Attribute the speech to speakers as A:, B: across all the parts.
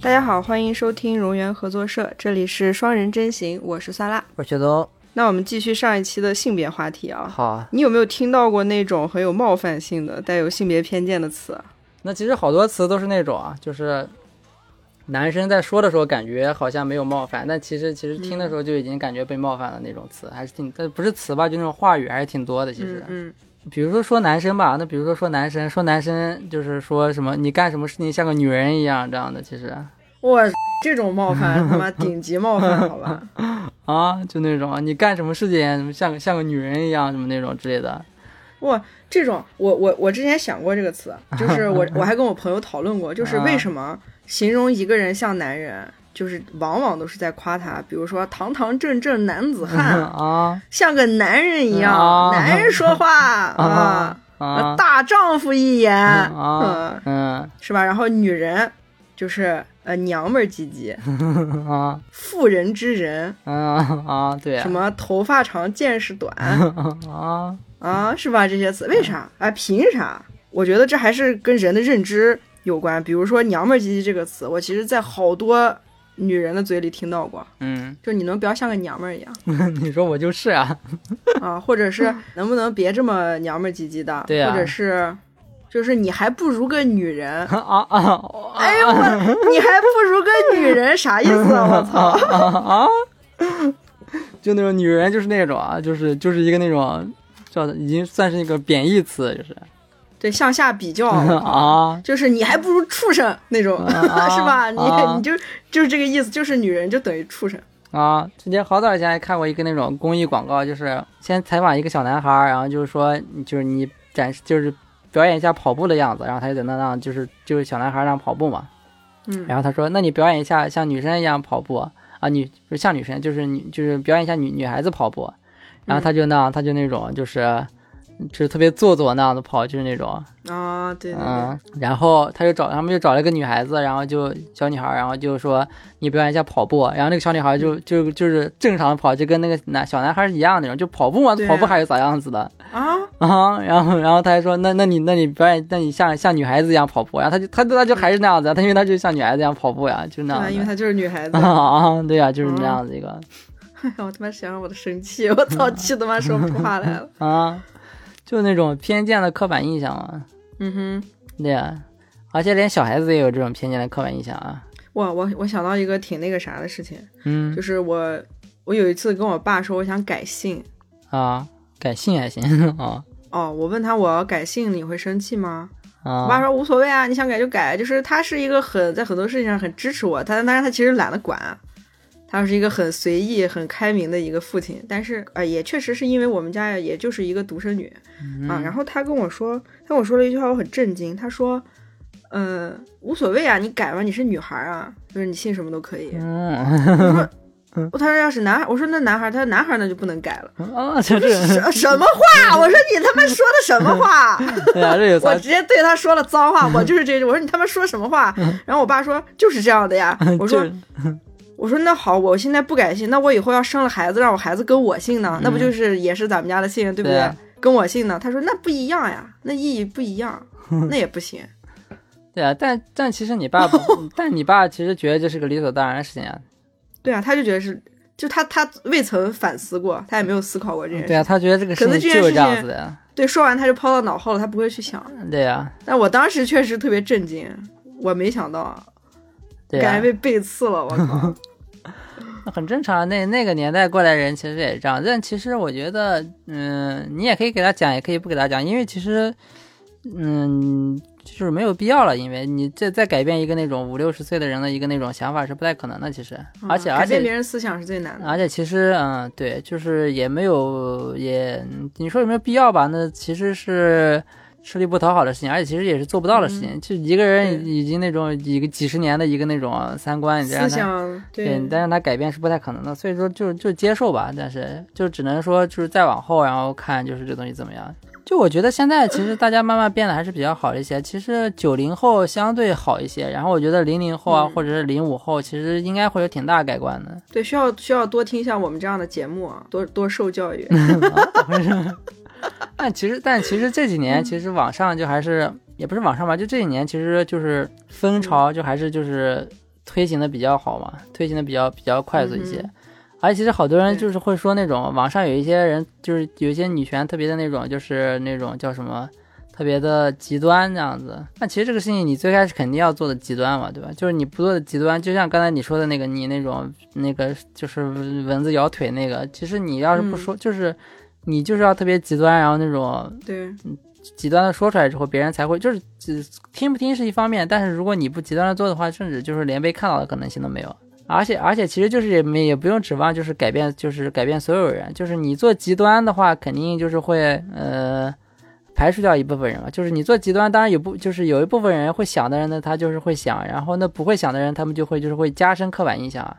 A: 大家好，欢迎收听荣源合作社，这里是双人真行，我是萨拉。
B: 我觉得
A: 那我们继续上一期的性别话题啊，
B: 好啊。
A: 你有没有听到过那种很有冒犯性的、带有性别偏见的词？啊
B: 那其实好多词都是那种啊，就是男生在说的时候感觉好像没有冒犯，但其实其实听的时候就已经感觉被冒犯了那种词，还是挺但不是词吧，就那种话语还是挺多的。其实，
A: 嗯
B: 比如说说男生吧，那比如说说男生，说男生就是说什么你干什么事情像个女人一样这样的，其实
A: 嗯，哇，这种冒犯他妈顶级冒犯，好 吧？
B: 啊，就那种你干什么事情像个像个女人一样什么那种之类的。
A: 哇，这种我我我之前想过这个词，啊 就是我我还跟我朋友讨 论过，就是为什么形容一个人像男人，就是往往都是在夸他，比如说堂堂正正男子汉，
B: 啊
A: 像个男人一样，
B: 啊
A: 男人说话 啊
B: 啊，
A: 啊
B: 啊
A: 大丈夫一言，
B: 啊
A: 嗯，
B: 嗯
A: 是吧？然后女人就是呃娘们儿唧 唧，
B: 啊
A: 妇人之仁，
B: 嗯啊， 对
A: 什
B: 啊
A: 么头发长见识 短
B: 啊
A: 啊，是吧？这些词为
B: 嗯
A: 啥？哎，凭啥？我觉得这还是跟人的认知有关。比如说“娘们儿唧唧”这个词，我其实在好多女人的嘴里听到过，
B: 嗯。
A: 就你能不要像个娘们儿一样
B: 你说我就是啊，
A: 啊？或者 是能不能别这么娘们儿唧唧的？
B: 对啊
A: 或者是。就是你还不如个女人，
B: 啊啊啊
A: 哎呦我，你还不如个女人，啥意思 啊？我操！
B: 啊！ 就那种女人，就是那种啊，就是就是一个那种叫已经算是一个贬义词，就是
A: 对，向下比较，
B: 啊
A: 就是你还不如畜生那种，
B: 啊
A: 是吧？你、
B: 啊
A: 你就就是这个意思，就是女人就等于畜生。
B: 啊！之前好早以前还看过一个那种公益广告，就是先采访一个小男孩，然后就是说就是你展示就是表演一下跑步的样子，然后他就在那让就是就是小男孩让跑步嘛，
A: 嗯
B: 然后他说那你表演一下像女生一样跑步啊，女就像女生就是女就是表演一下女女孩子跑步，啊然后他就那样，他就那种就是就是特别做作那样的跑，就是那种，
A: 啊，对对对，
B: 嗯，然后他就找他们就找了一个女孩子，然后就小女孩，然后就说你表演一下跑步，然后那个小女孩
A: 嗯
B: 就就就是正常的跑，就跟那个男小男孩是一样的那种，就跑步嘛，
A: 对啊
B: 跑步还是咋样子的
A: 啊，
B: 啊、然后然后他还说那那你那你表演，那你像像女孩子一样跑步，啊然后他就他他就还是那样子，他因为他就像女孩子一样跑步呀，就
A: 对
B: 那
A: 啊，因为
B: 样子。
A: 她就是女孩子。
B: 啊，对呀、就是那样子一个、
A: 哎 呀，我他妈想让我都生气， 我操，气他妈说不出话 来了。
B: 啊，就那种偏见的刻板印象嘛。
A: 嗯哼，
B: 对啊，而且连小孩子也有这种偏见的刻板印象啊。
A: 哇，我我想到一个挺那个啥的事情，
B: 嗯
A: 就是我我有一次跟我爸说我想改姓，
B: 啊，改姓还行 啊
A: 哦，我问他我要改姓你会生气吗？我爸
B: 啊
A: 说无所谓啊，你想改就改，就是他是一个很在很多事情上很支持我，他但是他其实懒得管，他是一个很随意、很开明的一个父亲。但是呃，也确实是因为我们家也就是一个独生女、啊。然后他跟我说，他跟我说了一句话，我很震惊。他说，嗯、无所谓啊，你改吧，你是女孩啊，就是你姓什么都可以。
B: 嗯
A: 我说，我他说要是男孩，我说那男孩，他说男孩那就不能改了。
B: 啊，这这
A: 什什么话？我说你他妈说的什么话？
B: 对啊，这有
A: 我
B: 啥？
A: 直接对他说了脏话，我就是这种。我说你他妈说什么 话？然后我爸说就是这样的呀。我
B: 嗯就
A: 说我说那好，我现在不改姓，那我以后要生了孩子，让我孩子跟我姓呢，那不就是也是咱们家的姓，对不
B: 嗯对
A: 对
B: 啊？
A: 跟我姓呢？他说那不一样呀，那意义不一样， 那也不行。
B: 对啊，但但其实你爸不， 但你爸其实觉得这是个理所当然的事情啊。
A: 对啊，他就觉得是，就他他未曾反思过，他也没有思考过这件事。
B: 对啊，他觉得这个事
A: 可能
B: 情
A: 这件
B: 就是
A: 事
B: 这样
A: 情
B: 子的。
A: 对，说完他就抛到脑后了，他不会去想。
B: 对啊，
A: 但我当时确实特别震惊，我没想到啊，
B: 对
A: 感
B: 啊
A: 觉，被背刺了，我靠！
B: 那很正常。啊那那个年代过来人其实也是这样，但其实我觉得，嗯，你也可以给他讲，也可以不给他讲，因为其实，嗯，就是没有必要了，因为你再再改变一个那种五六十岁的人的一个那种想法是不太可能的，其实，而且
A: 啊
B: 而
A: 改变别
B: 且。
A: 人思想是最难的。
B: 而且其实，嗯，对，就是也没有也，嗯你说有没有必要吧？那其实是吃力不讨好的事情，而且其实也是做不到的事情。就一个人
A: 嗯对
B: 已经那种一个几十年的一个那种三观，你这样
A: 思
B: 的。
A: 想
B: 对，但是他改变是不太可能的，所以说就就接受吧，但是就只能说就是再往后，然后看就是这东西怎么样。就我觉得现在其实大家慢慢变得还是比较好一些，其实九零后相对好一些，然后我觉得零零后啊、
A: 嗯
B: 或者是零五后，其实应该会有挺大改观的。
A: 对需要需要多听像我们这样的节目啊，多多受教 育。
B: 但其实但其实这几年其实网上就还是也不是网上吧，就这几年其实就是风潮就还是就是推行的比较好嘛，推行的比较比较快速一些。而其实好多人
A: 对
B: 就是会说那种网上有一些人就是有一些女权特别的那种，就是那种叫什么特别的极端这样子。那其实这个事情你最开始肯定要做的极端嘛，对吧？就是你不做的极端，就像刚才你说的那个，你那种那个就是蚊子咬腿那个，其实你要是不说，就是你就是要特别极端，然后那种
A: 对，
B: 极端的说出来之后，别人才会就是只听不听是一方面，但是如果你不极端的做的话，甚至就是连被看到的可能性都没有。而且而且其实就是也没也不用指望就是改变就是改变所有人，就是你做极端的话，肯定就是会呃排除掉一部分人嘛。就是你做极端，当然有不就是有一部分人会想的人呢，他就是会想，然后那不会想的人，他们就会就是会加深刻板印象啊，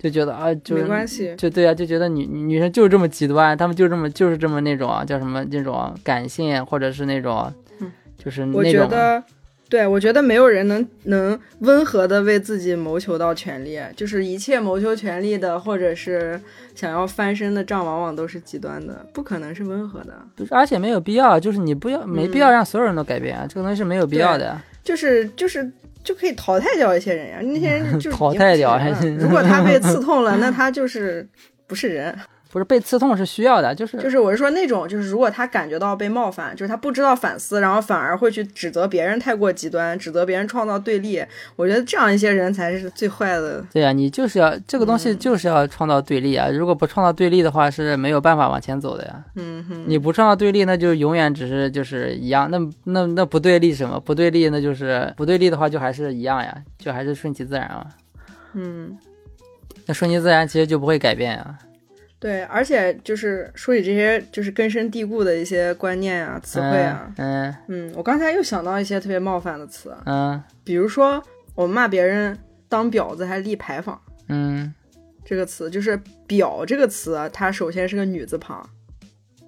B: 就觉得啊就是
A: 没关系，
B: 就对啊，就觉得女女生就是这么极端，她们就这么就是这么那种啊叫什么那种感性，或者是那种啊
A: 嗯，
B: 就是
A: 我
B: 那
A: 觉
B: 种啊
A: 得，对我觉得没有人能能温和的为自己谋求到权利，就是一切谋求权利的，或者是想要翻身的仗，往往都是极端的，不可能是温和的。
B: 不是，而且没有必要，就是你不要没必
A: 嗯
B: 要让所有人都改变啊，这个东西是没有必要的。
A: 就是就是就可以淘汰掉一些人呀、那些人 就
B: 淘汰掉啊
A: 已经不是人了如
B: 还是
A: 果他被刺痛 了，那他就是不是人。
B: 不是被刺痛是需要的，就是
A: 就是我是说那种，就是如果他感觉到被冒犯，就是他不知道反思，然后反而会去指责别人太过极端，指责别人创造对立。我觉得这样一些人才是最坏的。
B: 对啊，你就是要这个东
A: 嗯
B: 西就是要创造对立啊，如果不创造对立的话是没有办法往前走的呀。
A: 嗯哼，
B: 你不创造对立，那就永远只是就是一样。那那那不对立是什么？不对立那就是不对立的话就还是一样呀，就还是顺其自然啊。
A: 嗯，
B: 那顺其自然其实就不会改变啊。
A: 对，而且就是说起这些就是根深蒂固的一些观念啊、词汇啊，
B: 嗯
A: 嗯，我刚才又想到一些特别冒犯的词，啊
B: 嗯
A: 比如说我们骂别人当婊子还立牌坊。
B: 嗯
A: 这个词，就是“婊”这个词啊，它首先是个女字旁，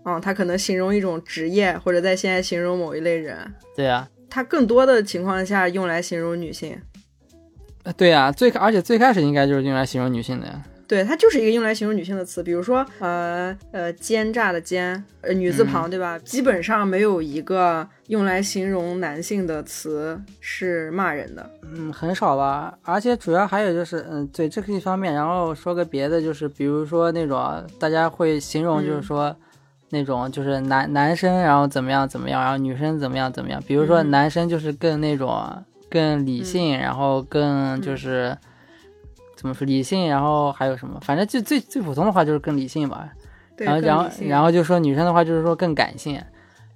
A: 啊、它可能形容一种职业，或者在现在形容某一类人。
B: 嗯，对啊，
A: 它更多的情况下用来形容女性，
B: 呃对啊，最而且最开始应该就是用来形容女性的呀。
A: 对，它就是一个用来形容女性的词。比如说，呃呃，奸诈的奸，呃，女字
B: 嗯
A: 旁，对吧？基本上没有一个用来形容男性的词是骂人的。
B: 嗯，很少吧。而且主要还有就是，嗯，对，这是一方面。然后说个别的，就是比如说那种大家会形容，就是
A: 嗯
B: 说、那种就是男男生然后怎么样怎么样，然后女生怎么样怎么样。比如说
A: 嗯
B: 男生就是更那种更理性，然后更就是、怎么说理性，然后还有什么？反正就最最普通的话就是更理性吧。
A: 对，
B: 啊然后然后然
A: 后
B: 后就说女生的话就是说更感性，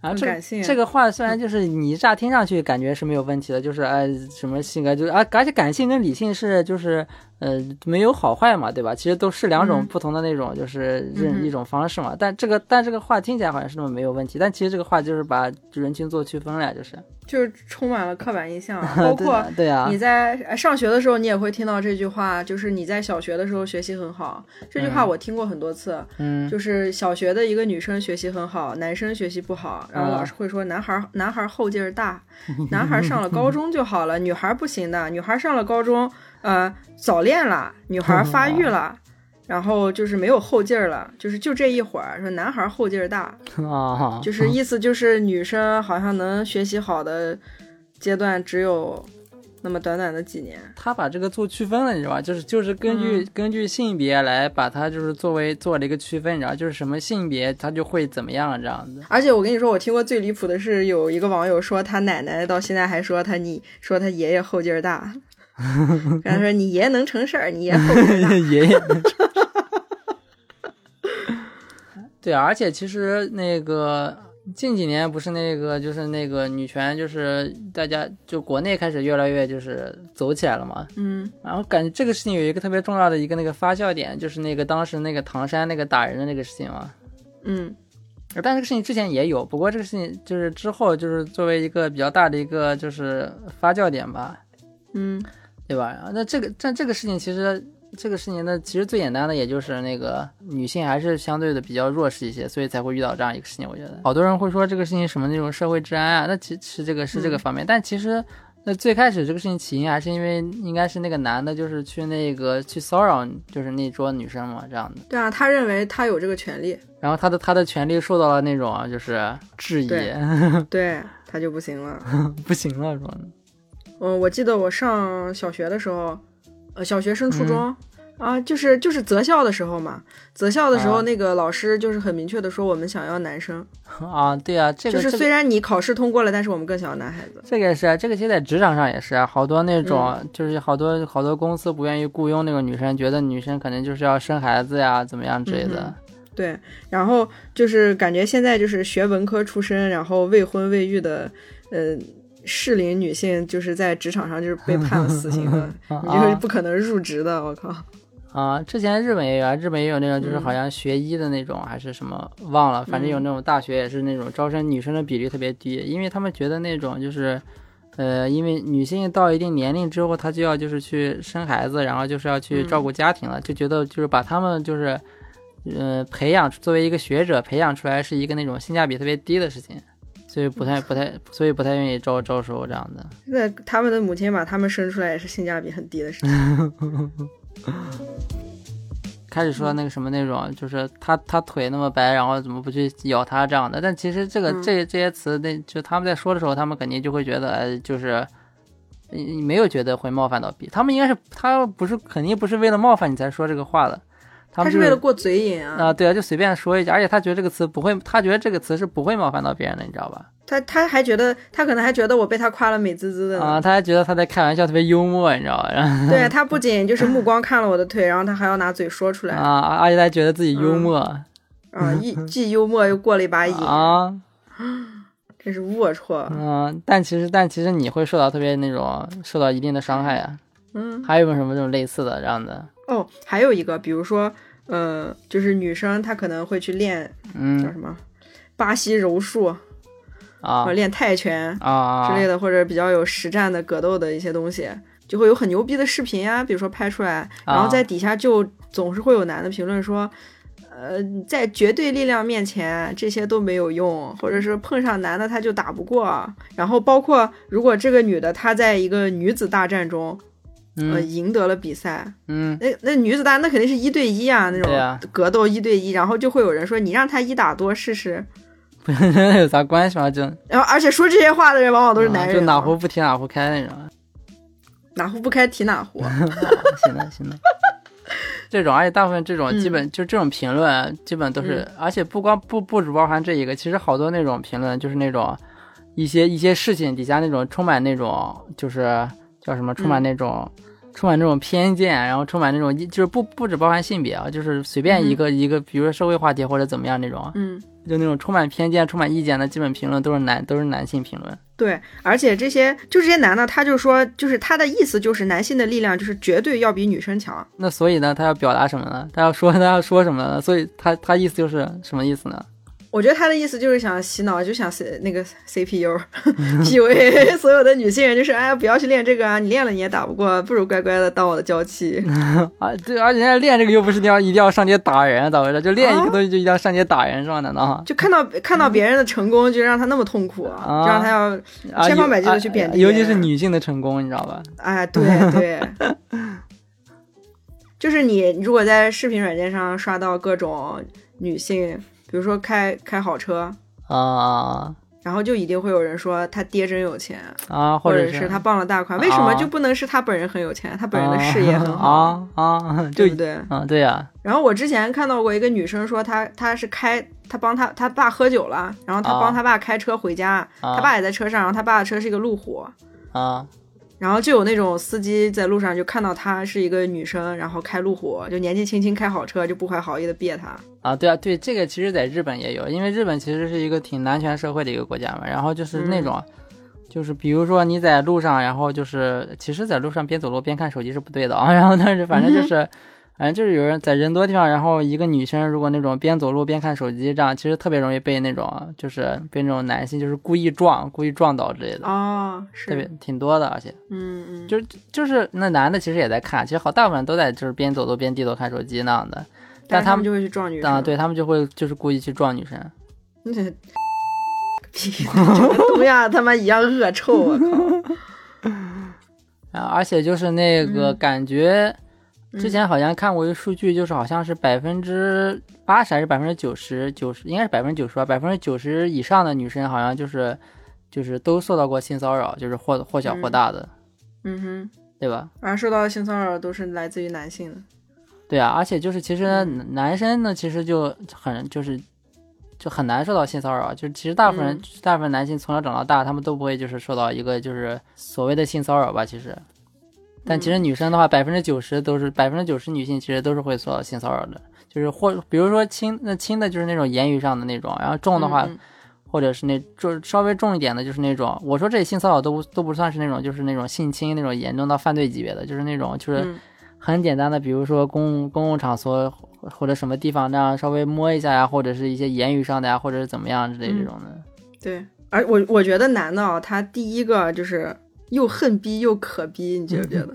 B: 然后
A: 更
B: 这
A: 感性
B: 这个话虽然就是你一乍听上去感觉是没有问题的，就是呃什么性格就是啊，而且感性跟理性是就是呃没有好坏嘛，对吧？其实都是两种
A: 嗯
B: 不同的那种就是
A: 嗯
B: 认
A: 哼
B: 一种方式嘛。但这个但这个话听起来好像是那么没有问题，但其实这个话就是把人群做区分了呀，就是
A: 就是充满了刻板印 象啊，包
B: 对
A: 括
B: 的对啊
A: 你，在呃上学的时候，你也会听到这句话，就是你在小学的时候学习很好。这句话我听过很多次，
B: 嗯
A: 就是小学的一个女生学习很好，男生学习不好，然后
B: 啊
A: 老师会说男孩儿男孩儿后劲儿大，男孩儿上了高中就好了，女孩儿不行的，女孩儿上了高中，呃，早恋了，女孩儿发育了。然后就是没有后劲儿了，就是就这一会儿，说男孩儿后劲儿大，
B: 啊，
A: 就是意思就是女生好像能学习好的阶段只有那么短短的几年。
B: 他把这个做区分了，你知道吧？就是就是根据、根据性别来把它就是作为做了一个区分，你知道吧，就是什么性别他就会怎么样这样子。
A: 而且我跟你说，我听过最离谱的是，有一个网友说他奶奶到现在还说他你说他爷爷后劲儿大， 然后说你爷爷能成事儿，你爷后劲儿大。
B: 爷爷。 对啊，而且其实那个近几年不是那个就是那个女权，就是大家就国内开始越来越就是走起来了嘛。
A: 嗯
B: 然后感觉这个事情有一个特别重要的一个那个发酵点，就是那个当时那个唐山那个打人的那个事情嘛。
A: 嗯
B: 但这个事情之前也有，不过这个事情就是之后就是作为一个比较大的一个就是发酵点吧，
A: 嗯，
B: 对吧？然后那这个但这个事情其实这个事情呢，其实最简单的也就是那个女性还是相对的比较弱势一些，所以才会遇到这样一个事情。我觉得好多人会说这个事情什么那种社会治安啊，那其实这个是这个方面，但其实。那最开始这个事情起因还是因为应该是那个男的，就是去那个去骚扰，就是那桌女生嘛，这样的。
A: 对啊，他认为他有这个权 利，
B: 然后他的他的权利受到了那种啊，就是质疑，
A: 对对他就不行了。
B: 不行了，说
A: 嗯，我记得我上小学的时候，呃，小学升初
B: 嗯
A: 中、啊，就是就是择校的时候嘛，择校的时候
B: 啊
A: 那个老师就是很明确的说我们想要男生，
B: 啊，对啊，这个
A: 就是
B: 这
A: 虽
B: 个
A: 然你考试通过了，但是我们更想要男孩子。
B: 这个也是啊，这个其实在职场上也是啊，好多那种、
A: 嗯
B: 就是好多好多公司不愿意雇佣那种女生，觉得女生可能就是要生孩子呀，怎么样之类的。
A: 嗯对，然后就是感觉现在就是学文科出身，然后未婚未育的，呃，适龄女性就是在职场上就是被判了死刑 的，你就是不可能入职的。我靠，
B: 啊，之前日本也有啊，日本也有那种就是好像学医的那种、还是什么忘了，反正有那种大学也是那种招生女生的比例特别低，因为他们觉得那种就是，呃，因为女性到一定年龄之后，她就要就是去生孩子，然后就是要去照顾家庭了，就觉得就是把她们就是，呃，培养作为一个学者培养出来是一个那种性价比特别低的事情，所以不太不太所以不太愿意招招收这样的。
A: 那他们的母亲把他们生出来也是性价比很低的事情。
B: 嗯开始
A: 嗯
B: 说那个什么那种，就是他他腿那么白，然后怎么不去咬他这样的？但其实这个、
A: 嗯
B: 这这些词，那就他们在说的时候，他们肯定就会觉得，呃，就是呃没有觉得会冒犯到别，他们应该是他不是肯定不是为了冒犯你才说这个话的，他
A: 他
B: 们
A: 是
B: 就
A: 为了过嘴瘾
B: 啊、
A: 啊，
B: 对啊，就随便说一下，而且他觉得这个词不会，他觉得这个词是不会冒犯到别人的，你知道吧？
A: 他他还觉得他可能还觉得我被他夸了美滋滋的呢。
B: 啊、他还觉得他在开玩笑，特别幽默，你知道吧？ 然后
A: 对啊他不仅就是目光看了我的腿，然后他还要拿嘴说出来啊、
B: 啊，而且他觉得自己幽
A: 嗯
B: 默、
A: 一既幽默又过了一把瘾，
B: 啊。
A: 真是龌龊。啊
B: 嗯，但其实但其实你会受到特别那种受到一定的伤害啊。
A: 嗯，
B: 还有没有什么这种类似的这样的？
A: 哦，还有一个，比如说，呃，就是女生她可能会去练叫
B: 嗯
A: 什么巴西柔术，
B: 啊
A: 或者练泰拳
B: 啊啊
A: 之类的，或者比较有实战的格斗的一些东西，就会有很牛逼的视频啊，比如说拍出来，然
B: 啊
A: 后在底下就总是会有男的评论说。呃，在绝对力量面前，这些都没有用，或者是碰上男的他就打不过。然后包括如果这个女的她在一个女子大战中，呃，
B: 嗯
A: 赢得了比赛，
B: 嗯
A: 那那女子单那肯定是一对一啊，那
B: 对啊
A: 种格斗一对一，然后就会有人说你让他一打多试试，
B: 嗯，有啥关系吗？就
A: 然后而且说这些话的人往往都是男人啊，
B: 就哪壶不提哪壶开那种。
A: 哪壶不开提哪 壶，
B: 行了行了，这种而且大部分这种基本、就这种评论基本都是，而且不光不不只包含这一个，其实好多那种评论就是那种一些一些事情底下那种充满那种就是叫什么充满那种。充满那种偏见，然后充满那种就是不不只包含性别啊，就是随便一个、一个，比如说社会话题或者怎么样那种，
A: 嗯，
B: 就那种充满偏见、充满意见的基本评论都是男都是男性评论。
A: 对，而且这些就这些男的，他就说就是他的意思就是男性的力量就是绝对要比女生强，
B: 那所以呢，他要表达什么呢？他要说他要说什么呢？所以他他意思就是什么意思呢？
A: 我觉得他的意思就是想洗脑，就想 C 那个 CPU PUA 所有的女性人，就是哎不要去练这个啊，你练了你也打不过，不如乖乖的当我的娇妻。
B: 啊，对，而且人家练这个又不是一定要一定要上街打人，咋回事？就练一个东西就一定要上街打人是吧？难道
A: 就看到看到别人的成功，就让他那么痛苦，
B: 啊
A: 就让他要
B: 啊，
A: 千方
B: 有
A: 百计
B: 啊
A: 地去贬低
B: 尤其
A: 别
B: 是
A: 人
B: 女性的成功，你知道吧？
A: 哎， 对对，就是你如果在视频软件上刷到各种女性，比如说开开好车，
B: 啊
A: 然后就一定会有人说他爹真有钱，
B: 啊，
A: 或
B: 者
A: 是他傍了大款，为什么
B: 啊
A: 就不能是他本人很有钱，他本人的事业很好，
B: 啊啊，就
A: 对不对？
B: 啊，对呀，
A: 然后我之前看到过一个女生说她，她是开她帮她她爸喝酒了，然后她
B: 啊
A: 帮她爸开车回家，
B: 啊
A: 她爸也在车上，然后她爸的车是一个路虎，
B: 啊
A: 然后就有那种司机在路上就看到她是一个女生，然后开路虎，就年纪轻轻开好车，就不怀好意的别她。
B: 啊，对啊，对，这个其实在日本也有，因为日本其实是一个挺男权社会的一个国家嘛，然后就是那
A: 嗯
B: 种。就是比如说你在路上，然后就是其实，在路上边走路边看手机是不对的啊。 然后但是反
A: 嗯
B: 正就是，反正就是有人在人多地方，然后一个女生如果那种边走路边看手机这样，其实特别容易被那种就是被那种男性就是故意撞、故意撞到之类的，
A: 哦，
B: 特别
A: 是，
B: 挺多的。而且
A: 嗯嗯，
B: 就是就是那男的其实也在看，其实好大部分都在就是边走路边低头看手机那样的。
A: 但
B: 但
A: 是
B: 他
A: 他们
B: 们
A: 就会去撞女生
B: 啊，，对他们就会就是故意去撞女生。
A: 你这 屁， 这跟东亚他妈一样恶臭， 我靠！
B: 啊，而且就是那个感觉，
A: 嗯
B: 之前好像看过一个数据，就是好像是百分之八十还是百分之九十，九十应该是百分之九十吧，百分之九十以上的女生
A: 嗯
B: 好像就是就是都受到过性骚扰，就是或或小或大的。
A: 嗯哼，
B: 对吧？
A: 而受到的性骚扰都是来自于男性的。
B: 对啊，而且就是其实
A: 嗯
B: 男生呢，其实就很就是就很难受到性骚扰，就是其实大部分人、
A: 嗯
B: 大部分男性从小长到大，他们都不会就是受到一个就是所谓的性骚扰吧，其实。但其实
A: 嗯
B: 女生的话，百分之九十都是百分之九十女性其实都是会受到性骚扰的，就是或比如说轻那轻的就是那种言语上的那种，然后重的话、
A: 嗯
B: 或者是那重稍微重一点的，就是那种我说这性骚扰都不都不算是那种，就是那种性侵那种严重到犯罪级别的，就是那种就是
A: 嗯
B: 很简单的，比如说公公共场所或或者什么地方那样稍微摸一下呀，或者是一些言语上的呀，或者是怎么样之类
A: 嗯
B: 这种的。
A: 对，而我我觉得男的啊，他第一个就是又恨逼又可逼，你觉不觉得？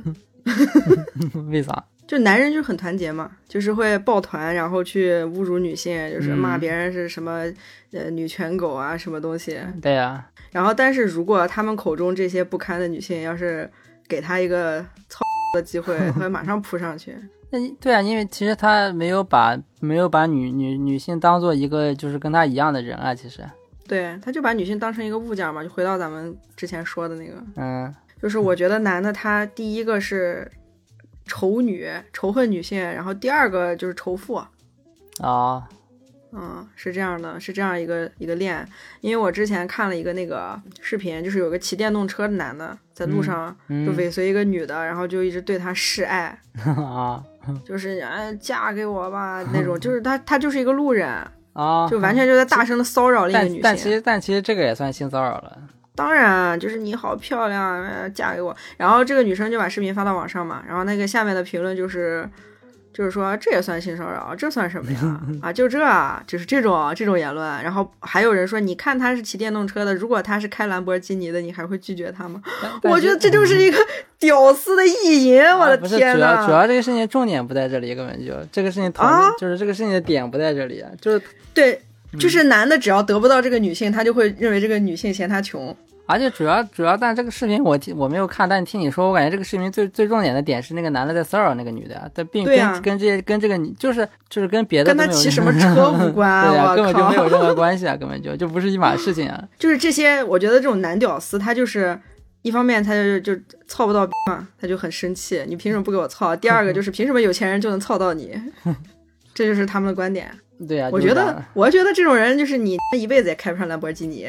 B: 为啥？
A: 就男人就是很团结嘛，就是会抱团，然后去侮辱女性，就是骂
B: 嗯
A: 别人是什么、呃女权狗啊，什么东西。
B: 对呀、
A: 然后，但是如果他们口中这些不堪的女性，要是给他一个操的机会，他会马上扑上去。
B: 那对啊，因为其实他没有把没有把女女女性当做一个就是跟他一样的人啊，其实，
A: 对，他就把女性当成一个物件嘛，就回到咱们之前说的那个，
B: 嗯，
A: 就是我觉得男的他第一个是仇女，仇恨女性，然后第二个就是仇富，啊
B: 哦，
A: 嗯，是这样的，是这样一个一个链。因为我之前看了一个那个视频，就是有个骑电动车的男的在路上就
B: 嗯，
A: 尾随一个女的，然后就一直对她示爱，
B: 啊
A: 就是哎嫁给我吧那种，就是他他就是一个路人，
B: 啊，
A: 就完全就在大声的骚扰另一个
B: 但
A: 女
B: 但其
A: 性。
B: 实但其实这个也算性骚扰了。
A: 当然，就是你好漂亮，呃嫁给我。然后这个女生就把视频发到网上嘛，然后那个下面的评论就是。就是说，这也算性骚扰，这算什么 呀？啊，就这啊，就是这种这种言论。然后还有人说，你看他是骑电动车的，如果他是开兰博基尼的，你还会拒绝他吗？
B: 但 但
A: 我
B: 其
A: 觉
B: 实
A: 得这就是一个屌丝的意淫，我
B: 嗯啊
A: 的
B: 不是
A: 天
B: 主
A: 呐！
B: 要主要这个事情重点不在这里，根本就这个事情讨论、
A: 啊
B: 就是这个事情的点不在这里，啊就是
A: 对，
B: 嗯
A: 就是男的只要得不到这个女性，他就会认为这个女性嫌他穷。
B: 而且主要主要，但这个视频我听我没有看，但听你说，我感觉这个视频最最重点的点是那个男的在骚扰那个女的，啊但并
A: 对
B: 跟、
A: 呀
B: 跟这些跟这个女就是就是跟别的
A: 跟
B: 都
A: 他
B: 没有
A: 骑什么车无关
B: 对呀、
A: 啊我
B: 根本就
A: 靠
B: 没有任何关系啊，根本就就不是一码事 情啊。
A: 就是这些，我觉得这种男屌丝，他就是一方面他就就操不到逼嘛，他就很生气，你凭什么不给我操？第二个就是凭什么有钱人就能操到你？ 这就是他们的观点。
B: 对呀、
A: 我
B: 就
A: 觉
B: 是这样
A: 得，我觉得这种人就是你一辈子也开不上兰博基尼。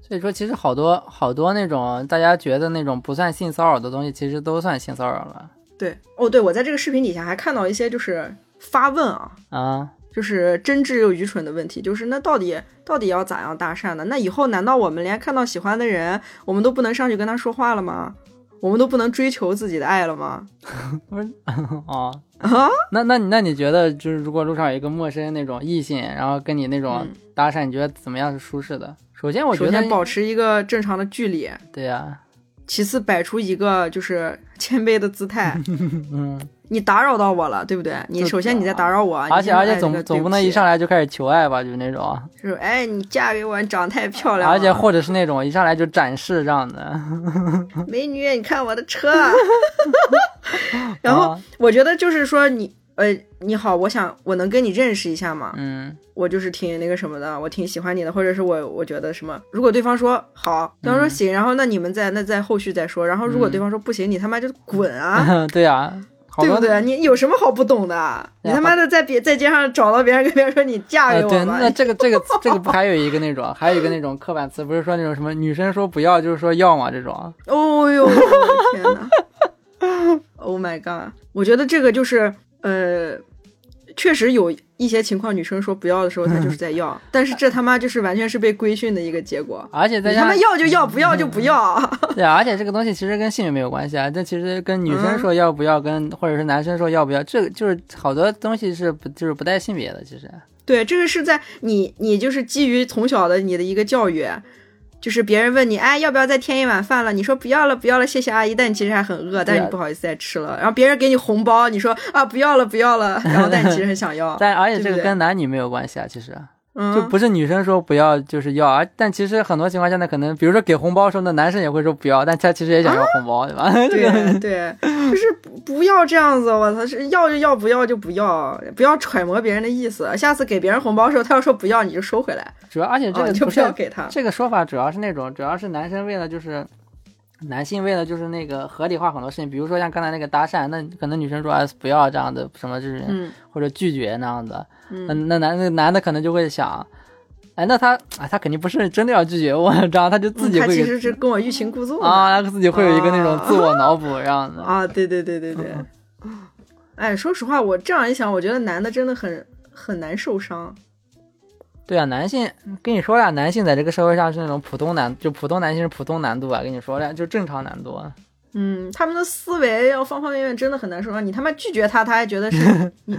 B: 所以说其实好多好多那种大家觉得那种不算性骚扰的东西，其实都算性骚扰了
A: 对，哦，对，我在这个视频底下还看到一些就是发问啊，
B: 啊。
A: 就是真挚又愚蠢的问题，就是那到底到底要咋样搭讪呢？那以后难道我们连看到喜欢的人，我们都不能上去跟他说话了吗？我们都不能追求自己的爱了吗？
B: 哦，
A: 啊，
B: 那那你那你觉得，就是如果路上有一个陌生那种异性，然后跟你那种
A: 嗯
B: 搭讪，你觉得怎么样是舒适的？首先，我觉
A: 首
B: 得
A: 先保持一个正常的距离，
B: 对呀、
A: 其次摆出一个就是 谦卑的姿态。
B: 嗯，
A: 你打扰到我了，对不对？你
B: 就
A: 首先你在打扰我，
B: 而且而且
A: 你
B: 总
A: 先说哎
B: 总不能一上
A: 这
B: 来就开始求爱吧，就是那种，
A: 个对不起就是哎，你嫁给我，你长得太漂亮了，啊
B: 而且或者是那种一上来就展示这样的，
A: 美女，你看我的车。啊 然后
B: 啊
A: 我觉得就是说你呃你好，我想我能跟你认识一下吗？
B: 嗯
A: 我就是挺那个什么的，我挺喜欢你的，或者是我我觉得什么，如果对方说好，对方
B: 嗯
A: 说行，然后那你们再那再后续再说，然后如果对方说不行，你他妈就滚啊！
B: 对呀，好
A: 对不
B: 多啊
A: 对？你有什么好不懂的？你他妈的在别在街上找到别人，跟别人说你嫁
B: 呃
A: 给
B: 对，
A: 我吧，
B: 那这个这个这个 不还有一个那种，还有一个那种刻板词，不是说那种什么女生说不要就是说要嘛这种，
A: 哦呦，我的天哪！Oh my god！我觉得这个就是呃，确实有一些情况，女生说不要的时候，她就是在要， 但是这他妈就是完全是被规训的一个结果。
B: 而且再
A: 你
B: 加
A: 他妈
B: 上
A: 要就要，不要就不要。
B: 对啊，而且这个东西其实跟性别没有关系啊，这其实跟女生说要不要，跟或者是男生说要不要，这个就是好多东西是不就是不带性别的，其实。
A: 对，这个是在你你就是基于从小的你的一个教育，就是别人问你，哎，要不要再添一碗饭了？你说不要了，不要了，谢谢阿姨。但你其实还很饿，但是你不好意思再吃了。然后别人给你红包，你说啊不要了，不要了，然后但你其实很想要
B: 但而且这
A: 对不
B: 个
A: 对
B: 跟男女没有关系啊，其实
A: 嗯，
B: 就不是女生说不要就是要，而但其实很多情况下呢，可能比如说给红包的时候呢，男生也会说不要，但他其实也想要红包，对吧？这个
A: 对 对，就是不不要这样子，我操，是要就要，不要就不要，不要揣摩别人的意思。下次给别人红包的时候，他要说不要，你就收回来，
B: 主要而且这
A: 啊，
B: 个
A: 你就不
B: 不是
A: 要给他。
B: 这个说法主要是那种，主要是男生为了就是男性为了就是那个合理化很多事情，比如说像刚才那个搭讪，那可能女生说啊不要这样的什么就是、
A: 嗯
B: 或者拒绝那样的，那
A: 嗯，
B: 那男那男的可能就会想，哎，那他哎他肯定不是真的要拒绝我， 这样他就自己
A: 嗯他
B: 会
A: 其
B: 给
A: 实是跟我欲擒故纵的
B: 啊，他自己会有一个那种
A: 啊
B: 自我脑补这样的，
A: 啊，对对对对对。哎，说实话，我这样一想，我觉得男的真的很很难受伤。
B: 对啊，男性跟你说了，男性在这个社会上是那种普通难，就普通男性是普通难度啊，跟你说了，就正常难度啊。
A: 嗯，他们的思维要方方面面真的很难受伤。你他妈拒绝他，他还觉得是你，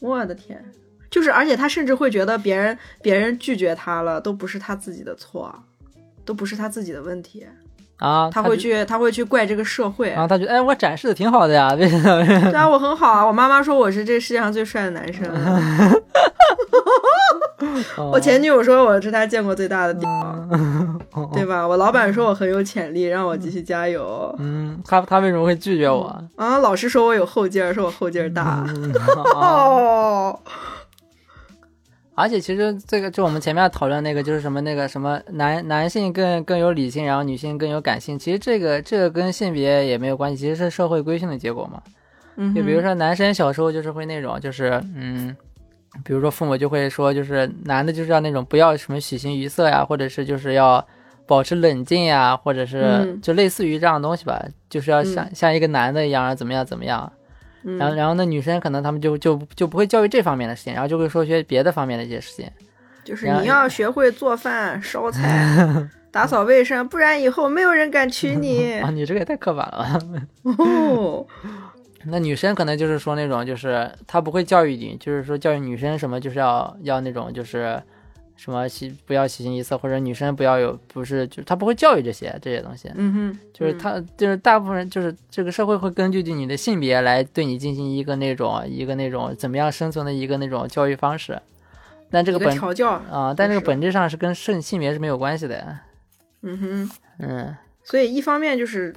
A: 我的天！就是，而且他甚至会觉得别人别人拒绝他了，都不是他自己的错，都不是他自己的问题，
B: 啊，
A: 他
B: 他
A: 会
B: 就，
A: 去他会去怪这个社会。
B: 然后他觉得，哎，我展示的挺好的呀，为什么？
A: 对啊，我很好啊，我妈妈说我是这世界上最帅的男生。啊我前女友说我是她见过最大的屌，
B: 哦
A: 对吧？我老板说我很有潜力，让我继续加油。
B: 嗯，他他为什么会拒绝我？
A: 啊，老师说我有后劲儿，说我后劲儿大。
B: 嗯 啊
A: 哦，
B: 而且其实这个就我们前面讨论那个，就是什么那个什么男男性更更有理性，然后女性更有感性。其实这个这个跟性别也没有关系，其实是社会规训的结果嘛。
A: 嗯
B: 就比如
A: 哼
B: 说男生小时候就是会那种，就是嗯，比如说父母就会说，就是男的就是要那种不要什么喜形于色呀，或者是就是要保持冷静呀，或者是
A: 嗯
B: 就类似于这样的东西吧，就是要像、像一个男的一样，然后怎么样怎么样。
A: 嗯
B: 然后然后那女生可能他们就就就不会教育这方面的事情，然后就会说些别的方面的一些事情。
A: 就是
B: 然后
A: 你要学会做饭、烧菜、 打扫卫生，不然以后没有人敢娶你
B: 啊，。你这个也太刻板了吧。
A: 哦，
B: 那女生可能就是说那种，就是她不会教育你，就是说教育女生什么，就是要要那种就是什么喜不要喜形于色，或者女生不要有不是，就是她不会教育这些这些东西，
A: 嗯哼，
B: 就是她就是大部分人就是这个社会会根据你的性别来对你进行一个那种一个那种怎么样生存的一个那种教育方式，但
A: 一
B: 这个
A: 个
B: 本
A: 调教。
B: 啊、但这个
A: 是
B: 本质上是跟性性别是没有关系的，
A: 嗯哼，
B: 嗯，
A: 所以一方面就是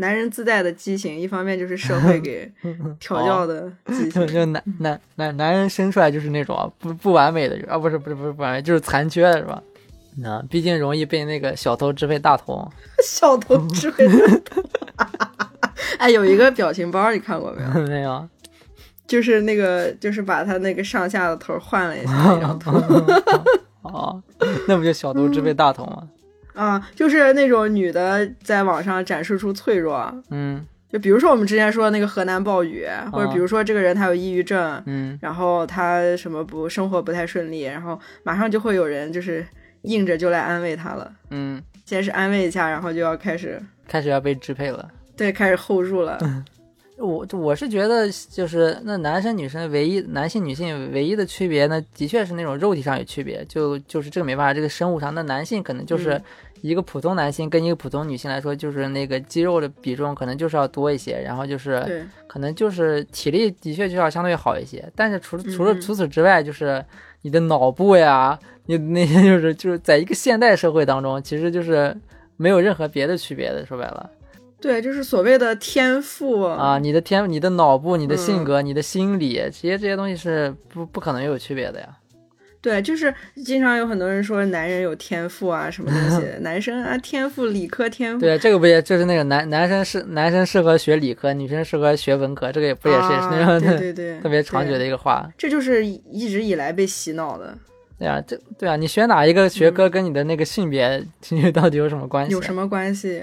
A: 男人自带的畸形，一方面就是社会 给
B: 哦
A: 调教的畸
B: 就
A: 形。
B: 就男男男男人生出来就是那种不不完美的人啊，不是不是不是不完美，就是残缺的是吧？那、毕竟容易被那个小头支配大 头。
A: 小头智慧的。 哎，有一个表情包，你看过没有？
B: 没有，
A: 就是那个，就是把他那个上下的头换了一下，那张 图
B: 哦， 那不就小头支配大头吗？
A: 啊，就是那种女的在网上展示出脆弱，
B: 嗯
A: 就比如说我们之前说的那个河南暴雨，或者
B: 啊
A: 比如说这个人他有抑郁症，
B: 嗯
A: 然后他什么不生活不太顺利，然后马上就会有人就是硬着就来安慰他了。
B: 嗯，
A: 先是安慰一下，然后就要开始
B: 开始要被支配了。
A: 对开始 hold 住了。
B: 我我是觉得，就是那男生女生唯一男性女性唯一的区别呢，的确是那种肉体上有区别，就就是这个没办法，这个生物上，那男性可能就是
A: 嗯
B: 一个普通男性跟一个普通女性来说，就是那个肌肉的比重可能就是要多一些，然后就是
A: 对，
B: 可能就是体力的确就要相对好一些，但是除了除
A: 嗯
B: 了
A: 嗯
B: 除此之外，就是你的脑部呀，你那些就是就是在一个现代社会当中，其实就是没有任何别的区别的，说白了。
A: 对，就是所谓的天赋
B: 啊，，你的天，你的脑部、你的性
A: 嗯
B: 格、你的心理，这些这些东西是不不可能有区别的呀。
A: 对，就是经常有很多人说男人有天赋啊，什么 东西，男生啊天赋，理科天赋，
B: 对，啊这个不也就是那个男男生是男生适合学理科，女生适合学文科，这个也不也是、也是那
A: 啊
B: 种
A: 对对对，
B: 特别猖獗
A: 对
B: 的，一个话。
A: 这就是一直以来被洗脑的。
B: 对啊，这对啊，你选哪一个学科跟你的那个性别、性别到底有什么关
A: 嗯
B: 系？啊
A: 有什么关系？